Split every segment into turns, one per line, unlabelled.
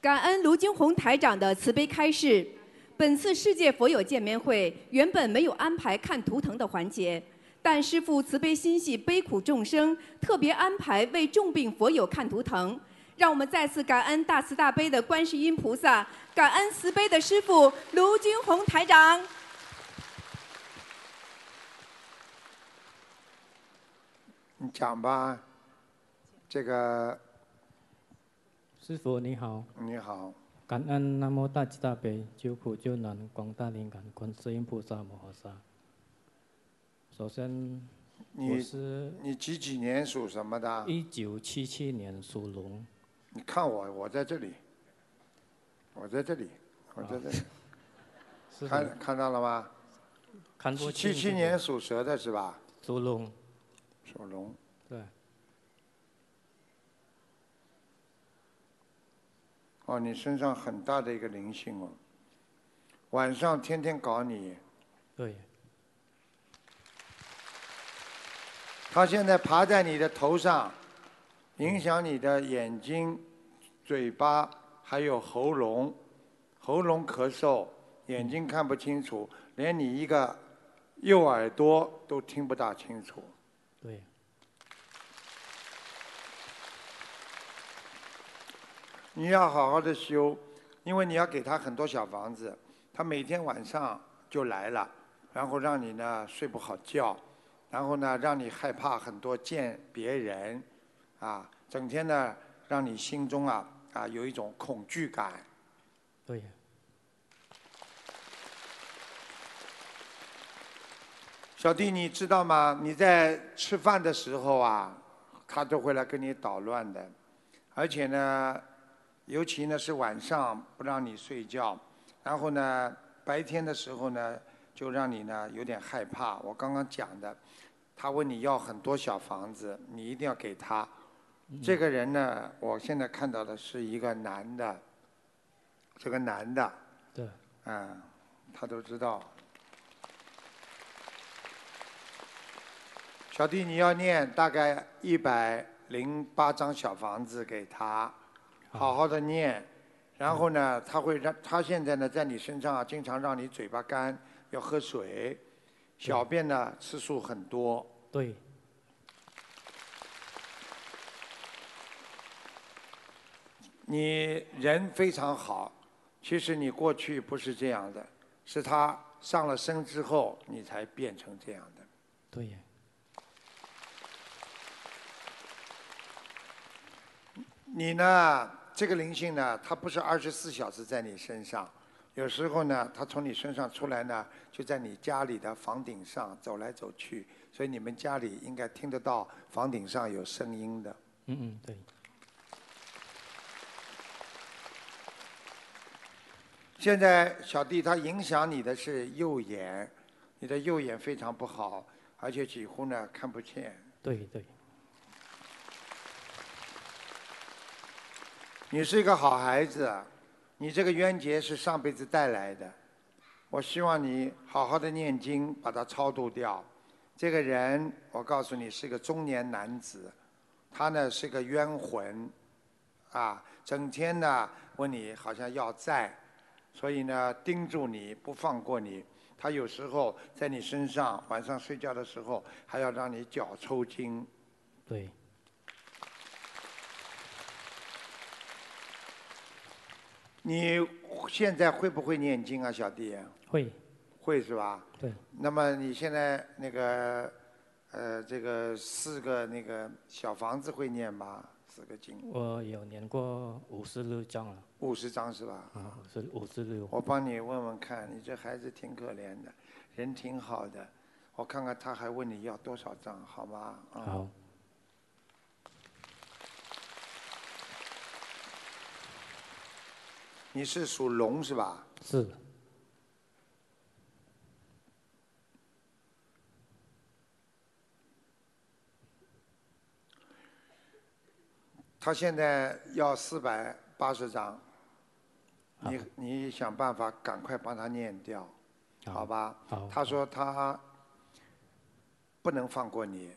感恩卢金红台长的慈悲开示。本次世界佛友见面会原本没有安排看图腾的环节，但师父慈悲心系悲苦众生，特别安排为重病佛友看图腾。让我们再次感恩大慈大悲的观世音菩萨，感恩慈悲的师父卢军红台长。
你讲吧，这个
师傅你好，
你好，
感恩南无大慈大悲救苦救难广大灵感观世音菩萨摩诃萨。首先，我
你
是
你几几年属什么的？
一九七七年属龙，
你看我，我在这里，我在这里，我在这
啊
里，
是
看看到了吗？
看过
七七年属蛇的是吧？
属龙，
属龙，
对，
哦，你身上很大的一个灵性哦，晚上天天搞你，
对，
他现在爬在你的头上，影响你的眼睛、嘴巴还有喉咙，喉咙咳嗽，眼睛看不清楚，连你一个右耳朵都听不大清楚。
对，
你要好好的修，因为你要给他很多小房子，他每天晚上就来了，然后让你呢睡不好觉，然后呢让你害怕很多见别人，啊，整天呢让你心中啊啊有一种恐惧感。
对，
小弟，你知道吗？你在吃饭的时候啊，他都会来跟你捣乱的，而且呢，尤其呢是晚上不让你睡觉，然后呢白天的时候呢，就让你呢有点害怕。我刚刚讲的，他问你要很多小房子，你一定要给他。这个人呢，我现在看到的是一个男的，这个男的，
对，
嗯，他都知道。小弟，你要念大概一百零八张小房子给他，好好的念。然后呢，他会让他现在呢，在你身上啊，经常让你嘴巴干，要喝水，小便呢次数很多。
对，
你人非常好，其实你过去不是这样的，是他上了身之后，你才变成这样的。
对，
你呢，这个灵性呢，它不是二十四小时在你身上，有时候呢，它从你身上出来呢，就在你家里的房顶上走来走去，所以你们家里应该听得到房顶上有声音的。
嗯嗯，对，
现在小弟他影响你的是右眼，你的右眼非常不好，而且几乎呢看不见。
对对，
你是一个好孩子，你这个冤结是上辈子带来的。我希望你好好的念经，把它超度掉。这个人，我告诉你，是个中年男子，他呢是个冤魂，啊，整天呢问你好像要债，所以呢盯住你不放过你。他有时候在你身上，晚上睡觉的时候还要让你脚抽筋。
对，
你现在会不会念经啊，小弟？
会，
会是吧？
对，
那么你现在那个，呃，这个四个那个小房子会念吗？四个经，
我有念过五十六章了，
五十张是吧？
啊，是五十六，
我帮你问问看，你这孩子挺可怜的，人挺好的，我看看他还问你要多少张，好吗？啊、
好，
你是属龙是吧？
是，
他现在要四百八十张，你你想办法赶快帮他念掉，好
哦
吧？
好，
他说他不能放过你，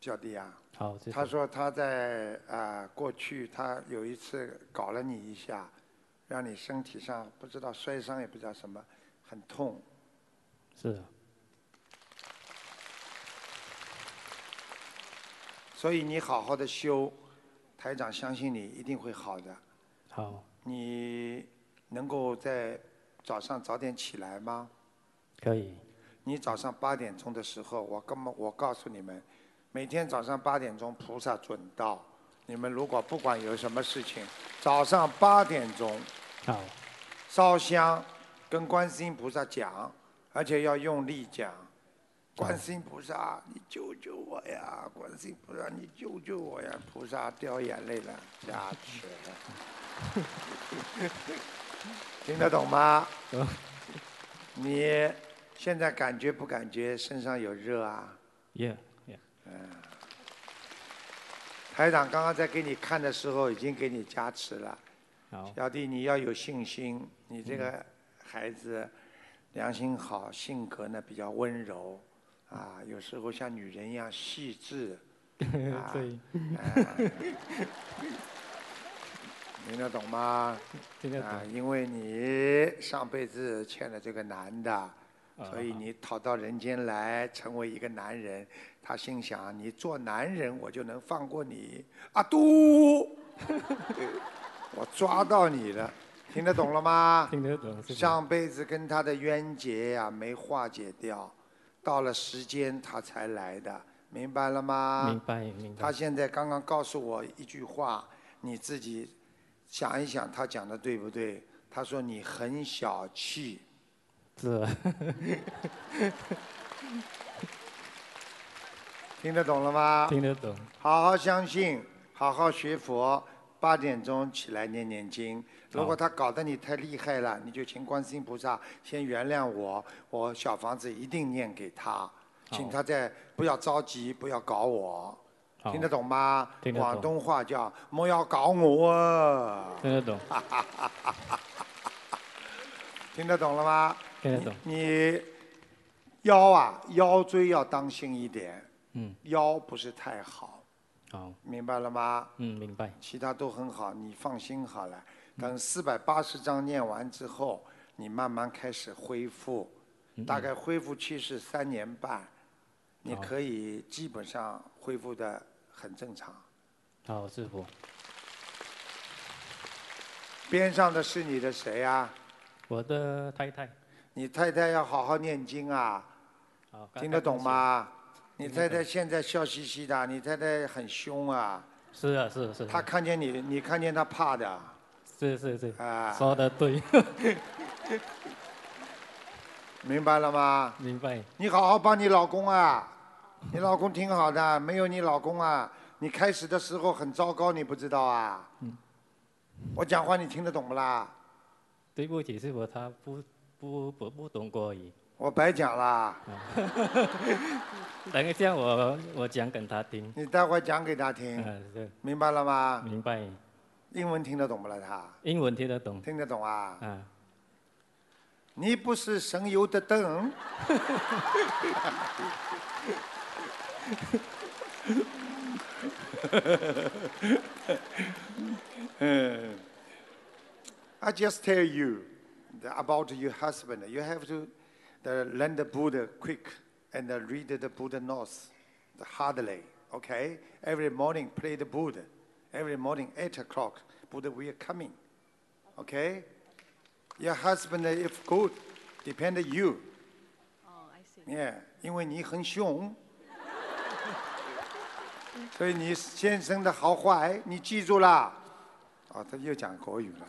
小弟啊，
好，谢
他
谢。
说他在啊、过去他有一次搞了你一下，让你身体上不知道摔伤也不知道什么，很痛。
是啊，
所以你好好的修，台长相信你一定会好的。
好，
你能够在早上早点起来吗？
可以，
你早上八点钟的时候，我根本我告诉你们，每天早上八点钟菩萨准到。你们如果不管有什么事情，早上八点钟
好，
烧香，跟观世音菩萨讲，而且要用力讲。观世音菩萨，你救救我呀！观世音菩萨，你救救我呀！菩萨掉眼泪了，下去 了。听得懂吗？你现在感觉不感觉身上有热啊？
耶耶，
台长刚刚在给你看的时候，已经给你加持了。
好，嗯
小弟，你要有信心，你这个孩子良心好，性格呢比较温柔，啊，有时候像女人一样细致，
对，
听得懂吗？
听得
啊
懂，，
因为你上辈子欠了这个男
啊
的，所以你逃到人间来成为一个男人，他心想你做男人我就能放过你，啊 嘟，我抓到你了，听得懂了吗？
听得懂，谢谢。
上辈子跟他的冤结呀、没化解掉，到了时间他才来的，明白了吗？
明白明
啊他
白，
现在刚刚告诉我一句话，你自己想一想，他讲的对不对？他说你很小气，
是啊，
听得懂了吗？
听得懂，
好好相信，好好学佛，八点钟起来念念经。如果他搞得你太厉害了，你就请观世音菩萨先原谅我，我小房子一定念给他，请他再不要着急，不要搞我，
好，
听得懂吗？
听得懂
广东话叫莫要搞我啊，
听得懂，
听得懂了吗？
听得懂，
你腰啊，腰椎要当心一点，
嗯，
腰不是太好，
好，
明白了吗？
嗯，明白，
其他都很好，你放心好了。等四百八十章念完之后，你慢慢开始恢复，大概恢复期是三年半，你可以基本上恢复的很正常。
好，师傅，
边上的是你的谁啊？
我的太太，
你太太要好好念经啊。
好，刚
听得
刚
懂
是？
吗？你太太现在笑嘻嘻的，你太太很凶啊，
是啊，是啊是啊，
她看见你，你看见她怕的
是是是，
啊，
说的对，
明白了吗？
明白，
你好好帮你老公啊，你老公挺好的，没有你老公啊，你开始的时候很糟糕，你不知道啊。我讲话你听得懂不啦？
对不起，师傅，他不不不不懂国语，
我白讲啦，
等一下我我讲给他听，
你待会儿讲给他听，
嗯，是，
明白了吗？
明白，
英文听得懂不啦？他
英文听得懂，
听得懂啊？
啊，
你不是省油的灯。嗯，I just tell you the- about your husband. You have to the, learn the Buddha quick and the read the Buddha notes the hardly. Okay, every morning play the Buddha. Every morning eight o'clock, Buddha will coming. Okay. Your husband is good, depend on you. Yeah，因为你很凶， 所以你先生的好坏你记住啦。哦，他又讲国语了。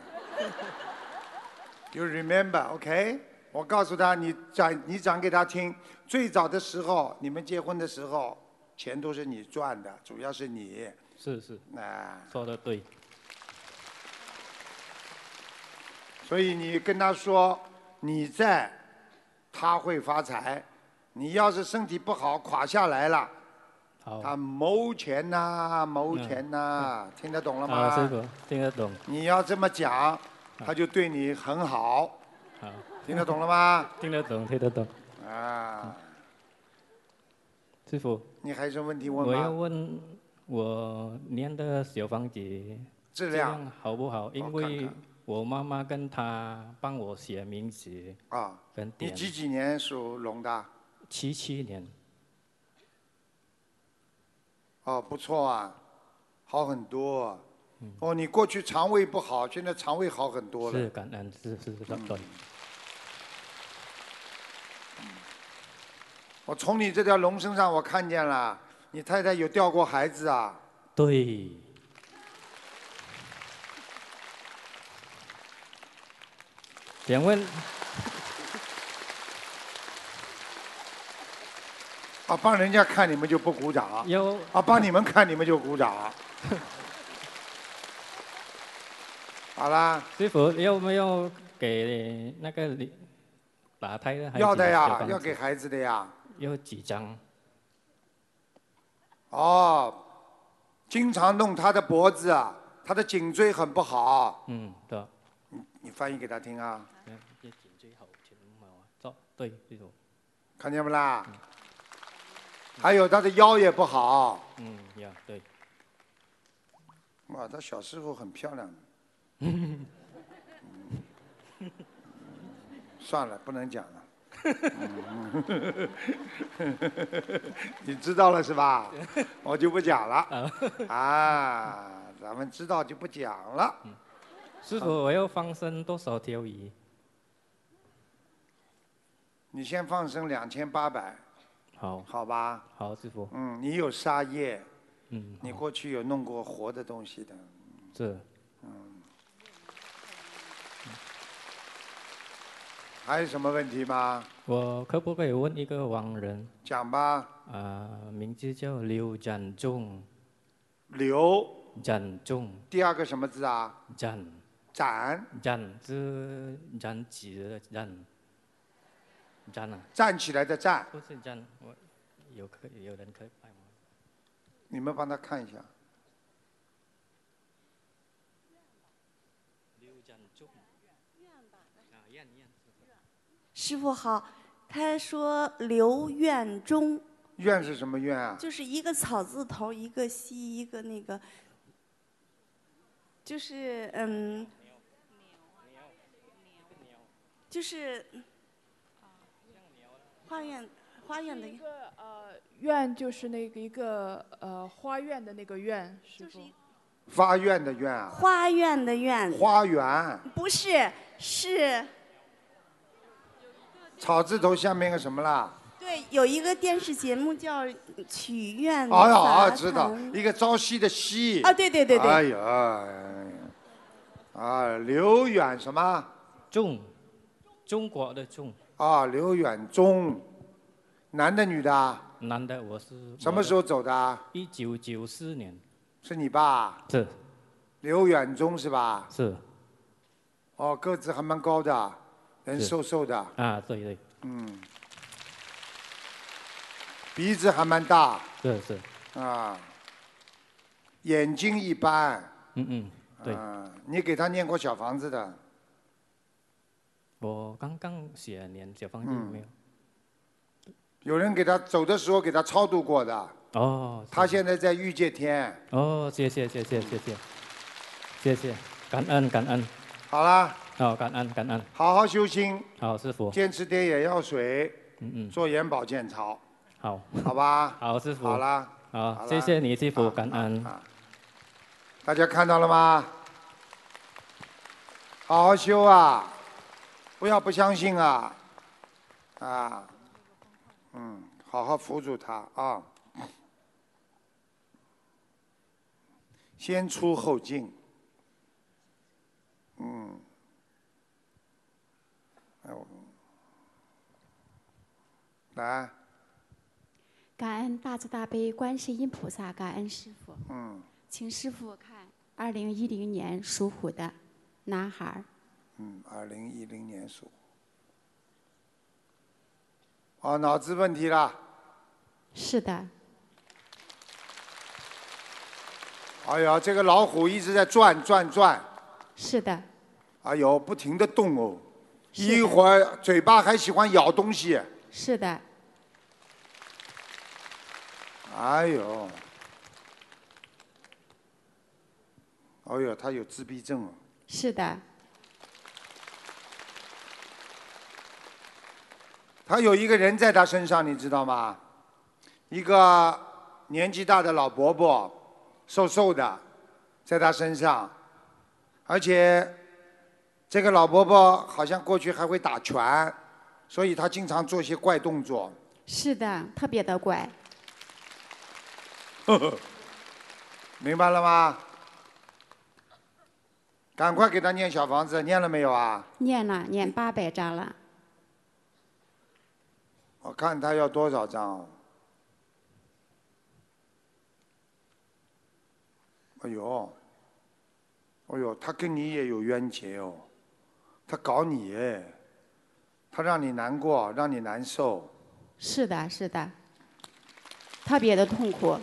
You remember, OK？我告诉他，你讲你讲给他听。最早的时候，你们结婚的时候，钱都是你赚的，主要是你。
是是，
啊、
说的对，
所以你跟他说你在，他会发财；你要是身体不好垮下来了，
好，
他谋钱呐、谋钱呐、
嗯
听得懂了
好，师
吗？
傅听得懂，
你要这么讲，他就对你很好，
好，
听得懂了吗？
听得懂，听得懂，
啊，
师傅，
你还有什么问题问
我要
吗？
问我念的小房子
质量
好不好？因
我看
为
看
我妈妈跟她帮我写名字
啊，
跟
你
点，
几几年属龙的？
七七年
哦，不错啊，好很多。哦，你过去肠胃不好，现在肠胃好很多
嗯是
了。
感恩是是是的，
我从你这条龙身上我看见了，你太太有掉过孩子啊。
对，想问
啊，帮人家看你们就不鼓掌，
要
啊，帮你们看你们就鼓 掌。啊好啦，
师傅要不要给那个你打胎的孩子
要的
小
呀，
房
要
子
给孩子的呀。
要几张？
哦，经常弄他的脖子，啊，他的颈椎很不好。
嗯，对，
你翻译给他听啊，
一颈椎后前冇啊，做对师傅，
看见不啦？
嗯
还有他的腰也不好。
嗯，要对，
哇，她小时候很漂亮的。嗯算了，不能讲了。嗯 你知道了是吧？我就不讲了。啊，咱们知道就不讲了。
师傅我要放生多少条鱼？
你先放生两千八百，
好，
好吧？
好师傅，
嗯，你有沙叶，
嗯，
你过去有弄过活的东西的。
是
还有什么问题吗？
我可不可以问一个亡人？
讲吧。
啊、名字叫刘展仲，
刘，
展仲，
第二个什么字啊？
展
展，
展是展子的展，展啊，
站起来的站。
不是展，我有可有人可以拜吗？
你们帮他看一下，
刘展仲，啊，燕燕，
师傅好，他说刘院中
院是什么院啊？
就是一个草字头，一个西，一个那个，就是嗯，就是花院花院的，
院就是那个一个呃花院的那个院，
就
师
是
傅。
一
发院的院啊，
花院的院，
花园，
不是是，
草字头下面个什么啦？
对，有一个电视节目叫《曲院
哦哟，
杂
哦知道
谈，
一个朝夕的夕。
啊，对对对
哎
对，
呦，哎呦啊，刘远什么？
仲，中国的仲，
啊，刘远忠，男的女的啊？
男的，我是
什么时
候？
候走的啊？
一九九四年，
是你爸，
是
刘远忠是吧？
是
哦，个子还蛮高的，人
是
瘦瘦的，
啊，对对，
鼻子还蛮大
是是，
啊，眼睛一般。
嗯嗯，对。
啊，你给他念过小房子的，
我刚刚写年解放
嗯
军没有？
有人给他走的时候给他超度过的，
哦，
他
是
现在在欲界天。
哦，谢谢谢谢谢谢谢谢，感恩感恩，
好啦，
好、感恩感恩，
好好修心，
好、师傅，
坚持点眼药水，
嗯嗯，
做眼保健操，
好
好吧？
好师傅，
好啦，
好，
好啦
谢谢你师傅，
啊
感恩，
啊，大家看到了吗？好好修啊，不要不相信啊，啊，嗯，好好辅助他啊，先出后进，哎嗯，来，
感恩大慈大悲观世音菩萨，感恩师傅。嗯，请师傅看二零一零年属虎的男孩儿，
嗯，二零一零年属虎，哦，脑子问题啦。
是的，
哎呀，这个老虎一直在转转转，
是的，
哎呦，不停的动哦，
是的
一会儿嘴巴还喜欢咬东西，
是的，
哎呦，哎呦，他有自闭症哦。
是的，
他有一个人在他身上，你知道吗？一个年纪大的老伯伯，瘦瘦的，在他身上，而且这个老伯伯好像过去还会打拳，所以他经常做一些怪动作。
是的，特别的乖。
明白了吗？赶快给他念小房子，念了没有啊？
念了，念八百章了，
我看他要多少张、哦？哎呦，哎呦，他跟你也有冤结哦，他搞你哎，他让你难过，让你难受。
是的，是的，特别的痛苦。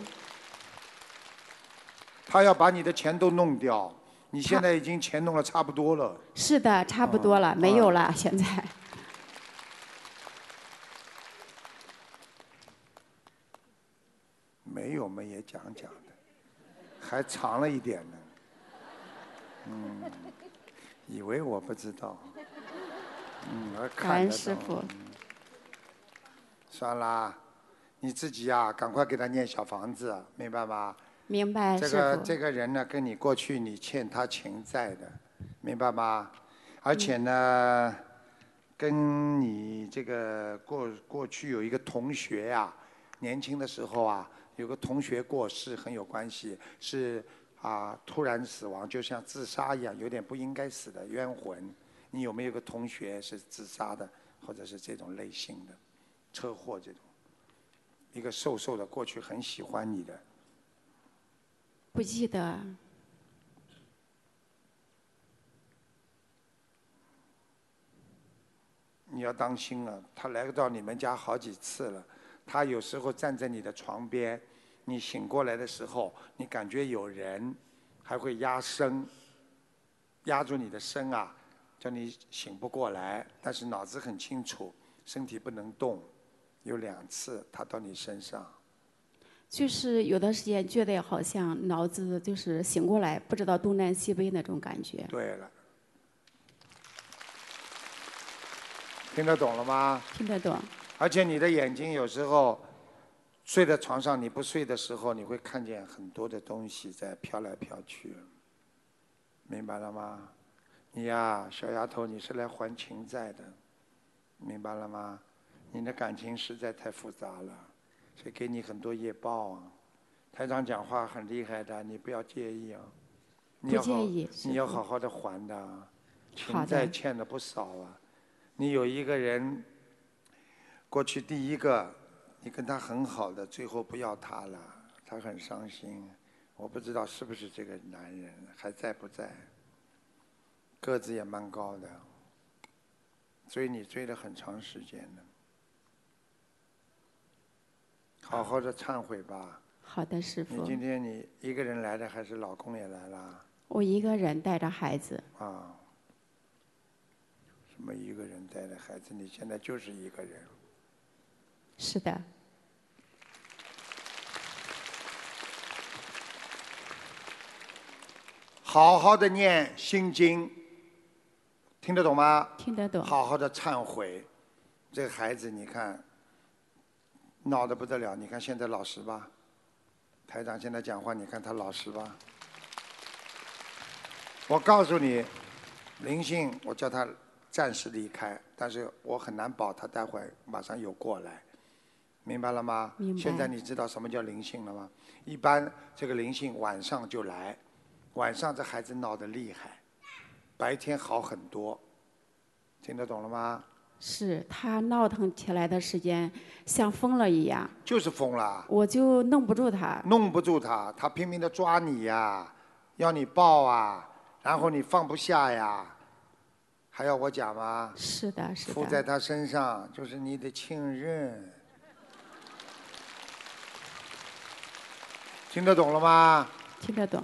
他要把你的钱都弄掉，你现在已经钱弄了差不多了。
是的，差不多
嗯
了，没有了，现在。
没有嘛，也讲讲的，还长了一点呢。嗯，以为我不知道。嗯，我
感
看
恩
得
师
到。
傅，
算啦，你自己呀、赶快给他念小房子，啊明白吗？
明白
这
哎师
个
傅，
这个人呢，跟你过去你欠他情债的，明白吗？而且呢，跟你这个过过去有一个同学呀、年轻的时候啊，有个同学过世很有关系，是啊突然死亡，就像自杀一样，有点不应该死的冤魂。你有没有个同学是自杀的，或者是这种类型的车祸这种？一个瘦瘦的，过去很喜欢你的，
不记得，
你要当心了，他来到你们家好几次了。他有时候站在你的床边，你醒过来的时候，你感觉有人，还会压身，压住你的身啊，叫你醒不过来。但是脑子很清楚，身体不能动。有两次他到你身上，
就是有的时间觉得好像脑子就是醒过来，不知道东南西北那种感觉。
对了，听得懂了吗？
听得懂，
而且你的眼睛有时候睡在床上，你不睡的时候，你会看见很多的东西在飘来飘去，明白了吗？你呀、小丫头，你是来还情债的，明白了吗？你的感情实在太复杂了，所以给你很多业报啊。台长讲话很厉害的，你不要介意啊。你
不
要好
介意师
你要
父
好好的还的啊，
好
情
的
债欠的不少啊。你有一个人，过去第一个，你跟他很好的，最后不要他了，他很伤心。我不知道是不是这个男人还在不在，个子也蛮高的，追你追了很长时间了。好好的忏悔吧。
好的师
你
傅，
今天你一个人来的，还是老公也来了？
我一个人带着孩子，
啊，什么一个人带着孩子？你现在就是一个人。
是的，
好好的念心经，听得懂吗？
听得懂，
好好的忏悔。这个孩子，你看，闹得不得了。你看现在老实吧，台长现在讲话，你看他老实吧。我告诉你，灵性，我叫他暂时离开，但是我很难保他待会儿马上有过来，明白了吗？
明白
现在你知道什么叫灵性了吗？一般这个灵性晚上就来，晚上这孩子闹得厉害，白天好很多，听得懂了吗？
是他闹腾起来的时间像疯了一样，
就是疯了，
我就弄不住他，
弄不住他，他拼命的抓你呀、要你抱啊，然后你放不下呀，还要我讲吗？
是的，是
附在
的，
他身上，就是你得亲认。听得懂了吗？
听得懂，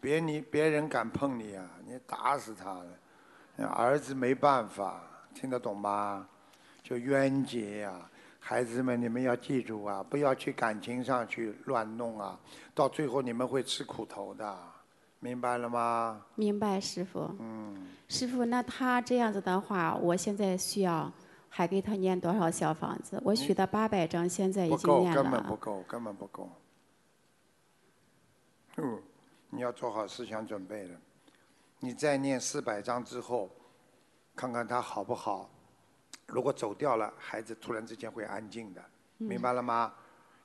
别你别人敢碰你啊，你打死他了。儿子没办法，听得懂吗？就冤结呀、啊孩子们，你们要记住啊，不要去感情上去乱弄啊，到最后你们会吃苦头的，明白了吗？
明白，师傅。
嗯
师傅，那他这样子的话，我现在需要还给他念多少小房子？我许的八百张，现在已
不
经
够，
念
根本
了啊
不。够，根本不够。嗯，你要做好思想准备了。你再念四百章之后，看看他好不好。如果走掉了，孩子突然之间会安静的，
嗯
明白了吗？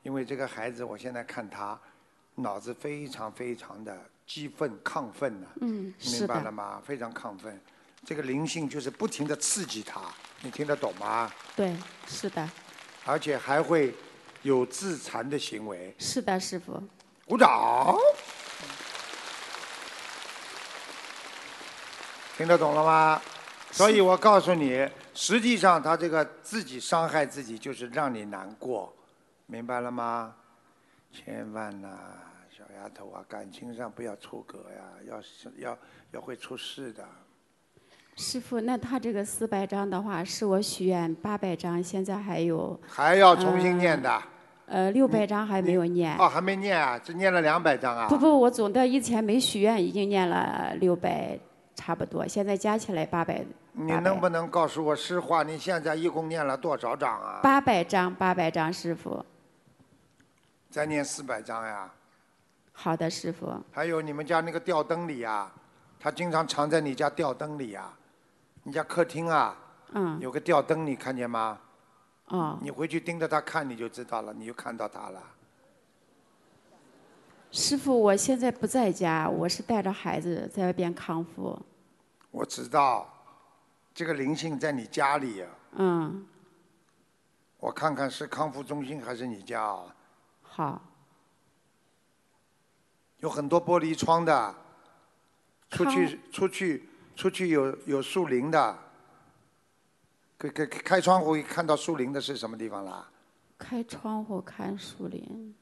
因为这个孩子，我现在看他脑子非常非常的激愤、亢奋呢、
嗯，
明
是
白了
的，
吗？非常亢奋，这个灵性就是不停的刺激他，你听得懂吗？
对，是的，
而且还会有自残的行为。
是的，师傅。
鼓掌。听得懂了吗？所以我告诉你，实际上他这个自己伤害自己，就是让你难过，明白了吗？千万呐、小丫头啊，感情上不要出格呀，要是要要会出事的。
师傅，那他这个四百张的话，是我许愿八百张，现在还有
还要重新念的。
呃六百张还没有念。
哦，还没念啊，只念了两百章啊。
不不，我总的以前没许愿，已经念了六百差不多，现在加起来八百
你
八百
能不能告诉我实话？你现在一共念了多少章啊？
八百张八百张，师傅。
再念四百章呀、
好的，师傅。
还有你们家那个吊灯里啊，它经常藏在你家吊灯里啊，你家客厅啊
嗯
有个吊灯，你看见吗？
哦，
你回去盯着它看，你就知道了，你就看到它了。
师傅，我现在不在家，我是带着孩子在外边康复。
我知道，这个灵性在你家里、啊，
嗯，
我看看是康复中心还是你家啊？
好，
有很多玻璃窗的，出
康
去出去出去有有树林的，开开开窗户一看到树林的是什么地方啦？
开窗户看树林。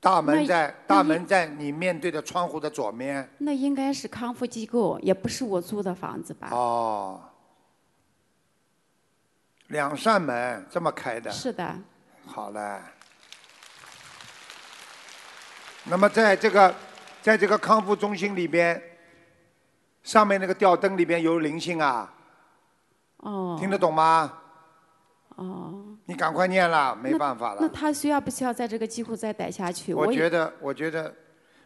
大门
那
在
那
大
一
门在你面对的窗户的左面。
那应该是康复机构，也不是我租的房子吧？
哦，两扇门这么开的，
是的，
好嘞。那么在这个在这个康复中心里边，上面那个吊灯里边有灵性啊，
哦
听得懂吗？
哦，
你赶快念啦，没办法
那
了。
他需要不需要在这个机构再待下去？
我
也
觉得，我觉得，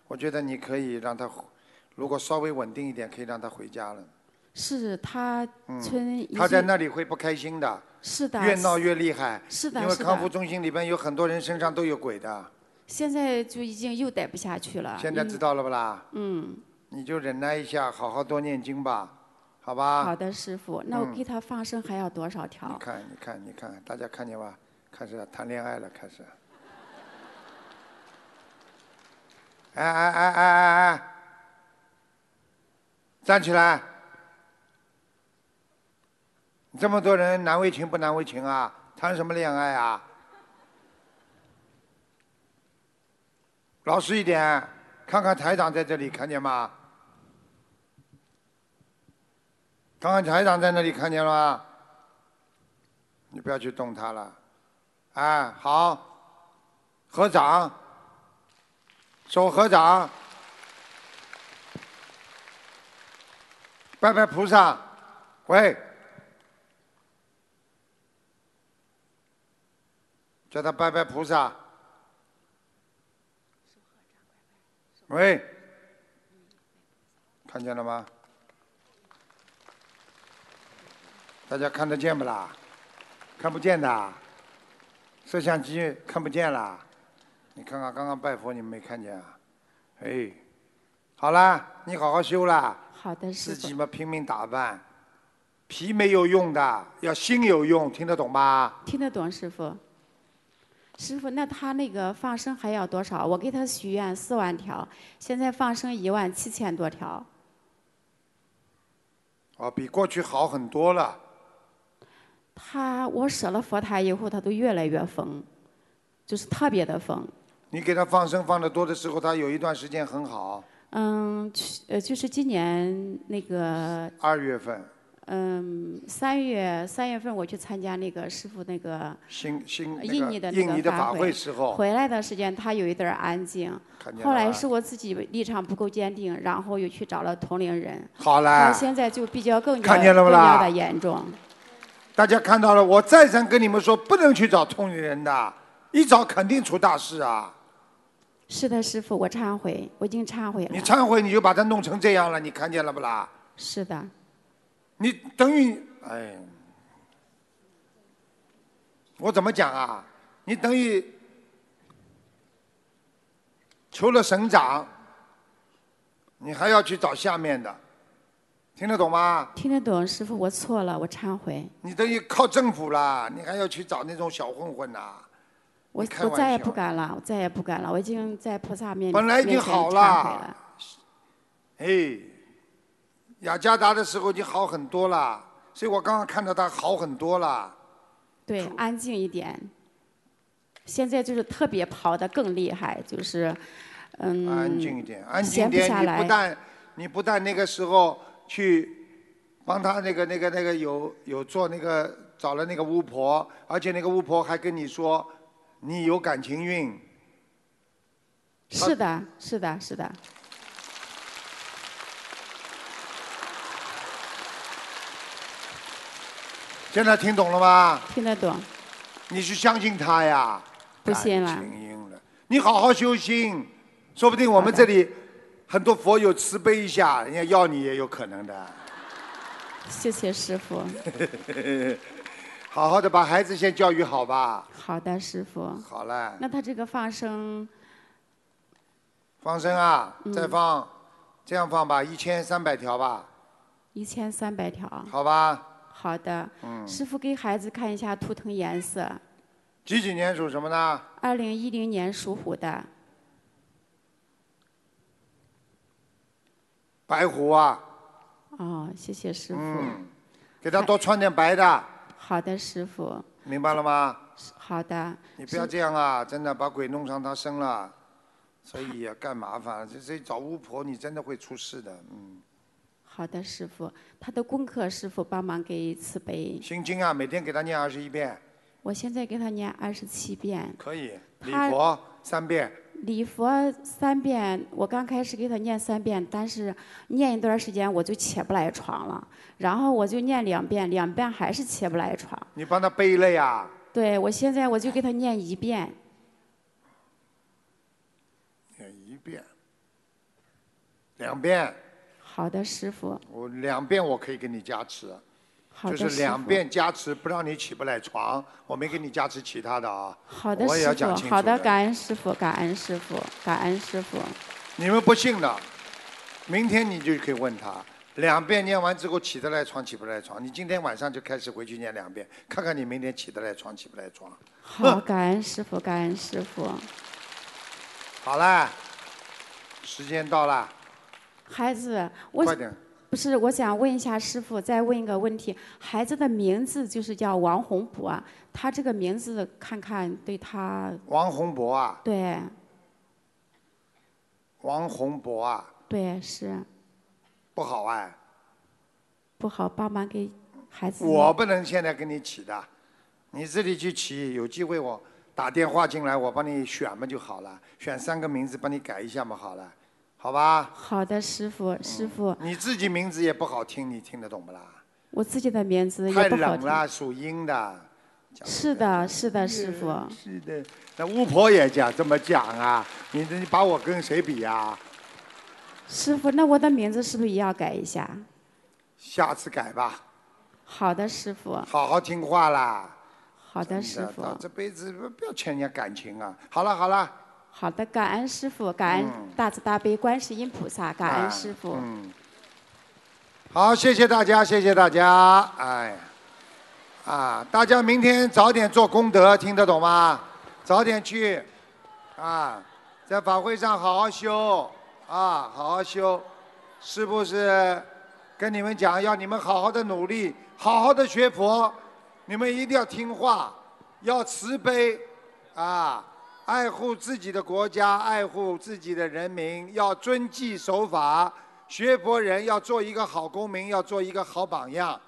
我觉得你可以让他，如果稍微稳定一点，可以让他回家了。
是他村已经、
嗯他在那里会不开心的，
是的，
越闹越厉害。
是
因
的，
为
是
康复
的，
中心里边有很多人身上都有鬼的，
现在就已经又待不下去了。
现在
嗯
知道了不啦？嗯。你就忍耐一下，好好多念经吧，好吧？
好的，师傅，那我给他放生还要多少
啊嗯你
条？
看，你看，你看，大家看见吧？开始谈恋爱了，开始。哎哎哎哎哎哎！站起来！这么多人难为情不难为情啊？谈什么恋爱啊？老实一点，看看台长在这里，看见吗？看看台长在那里，看见了吗？你不要去动它了。哎，好，合掌，手合掌，拜拜菩萨。喂，叫他拜拜菩萨。喂，看见了吗？大家看得见不啦？看不见的啊，摄像机看不见啦。你看看刚刚拜佛，你们没看见啊？哎，好啦，你好好修啦，
好的，师
自己
傅，
嘛拼命打扮，皮没有用的，要心有用，听得懂吧？
听得懂，师傅。师傅，那他那个放生还要多少？我给他许愿四万条，现在放生一万七千多条。
哦，比过去好很多了。
他我舍了佛台以后，他都越来越疯，就是特别的疯。
你给他放生放的多的时候，他有一段时间很好，
嗯，去呃，就是今年那个
二月份，
嗯，三月三月份我去参加那个师傅那个
新新那个
印尼的那个
印尼的
法
法会时候，
回来的时间他有一点儿安静，
看见
后
了
来
吧
是我自己立场不够坚定，然后又去找了同龄人，
好
到
了，
现在就比较更加
哎看见了不
更加
啦
的严重。
大家看到了，我再三跟你们说，不能去找同龄人的，一找肯定出大事啊！
是的，师傅，我忏悔，我已经忏悔了。
你忏悔你就把他弄成这样了，你看见了不啦？
是的，
你等于，哎，我怎么讲啊？你等于求了省长，你还要去找下面的，听得懂吗？
听得懂，师傅，我错了，我忏悔，
你等于靠政府啦，你还要去找那种小混混呐、
我
你开
我
玩
再也
笑
不敢了，我再也不敢了，我已经在菩萨面
本来已经
面前
好
忏
了
悔了。
哎，雅加达的时候就好很多啦，所以我刚刚看到他好很多啦。
对，安静一点。现在就是特别跑得更厉害，就是，嗯，
安静一点，安静一
闲不
点。
下
你
来
不但你不但那个时候去帮他那个那个那个有有做那个找了那个巫婆，而且那个巫婆还跟你说你有感情运，
是的，是的，是的，
现在听懂了吗？
听得懂，
你去相信他呀？
不信了
感情运了，你好好修心，说不定我们这里很多佛友慈悲一下，人家要你也有可能的。
谢谢师傅。
好好的把孩子先教育好吧。
好的，师傅。
好了，
那他这个放生，
放生啊，再放，这样放吧，一千三百条吧，
一千三百条。
好吧。
好的，
嗯
师傅给孩子看一下图腾颜色。
几几年属什么呢？
二零一零年属虎的，
白虎啊，
哦，谢谢师傅。
嗯，给他多穿点白的，
好的，师傅，
明白了吗？
好的，
你不要这样啊，真的把鬼弄上他身了，所以也干麻烦，这这找巫婆你真的会出事的，嗯。
好的，师傅，他的功课师傅帮忙给慈悲，
心经啊，每天给他念二十一遍，
我现在给他念二十七遍，
可以。礼
他
佛三遍，
礼佛三遍，我刚开始给他念三遍，但是念一段时间我就起不来床了，然后我就念两遍，两遍还是起不来床，
你帮他背啊了呀。
对我现在我就给他念一遍，哎
念一遍，两遍，
好的，师傅，
我两遍我可以给你加持。
好的，
就是
师
两
傅
遍加持，不让你起不来床。我没给你加持其他的啊。
好的，
我也
师
要讲
傅，
清
好
楚
的，
的
感恩师傅，感恩师傅，感恩师傅，
你们不信的，明天你就可以问他。两遍念完之后起得来床，起不来床。你今天晚上就开始回去念两遍，看看你明天起得来床，起不来床。
好，感恩师傅，感恩师傅。
好啦，时间到了，
孩子，我
快点。
不是我想问一下师傅，再问一个问题，孩子的名字就是叫王洪博，他这个名字看看对他
王洪博啊，
对
王洪博啊，
对是
不好哎，
不好，帮忙给孩子
我不能现在给你起的，你自己去起。有机会我打电话进来，我帮你选嘛就好了，选三个名字帮你改一下嘛好了，好吧？
好的师傅，师傅，
你自己名字也不好听，你听得懂不啦？
我自己的名字
太
嗯也不好
冷
听。
了，属阴的。
是的，是的，师傅，
是的，那巫婆也讲这么讲啊？你你把我跟谁比啊呀、
师傅，那我的名字是不是也要改一下？
下次改吧，
好的，师傅，
好好听话啦。
好的，师傅，
这辈子不要欠人家感情啊！好了好了，
好的，感恩师傅，感恩大慈大悲观世音菩萨，感
啊
恩师傅。
嗯，好，谢谢大家，谢谢大家，哎呀，啊，大家明天早点做功德，听得懂吗？早点去，啊，在法会上好好修，啊，好好修，是不是？跟你们讲，要你们好好的努力，好好的学佛，你们一定要听话，要慈悲，啊，爱护自己的国家，爱护自己的人民，要遵纪守法。学佛人要做一个好公民，要做一个好榜样。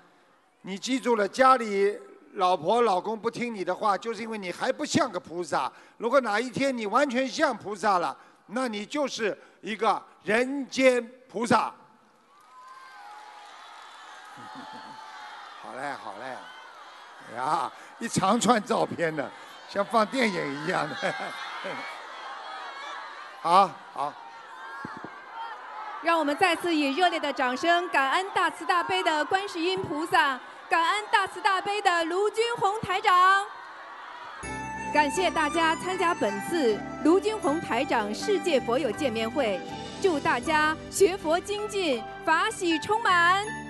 你记住了，家里老婆老公不听你的话，就是因为你还不像个菩萨。如果哪一天你完全像菩萨了，那你就是一个人间菩萨。 好嘞，好嘞，哎呀，一长串照片呢，像放电影一样的。 好好，
让我们再次以热烈的掌声，感恩大慈大悲的观世音菩萨，感恩大慈大悲的卢军红台长。感谢大家参加本次卢军红台长世界佛友见面会，祝大家学佛精进，法喜充满。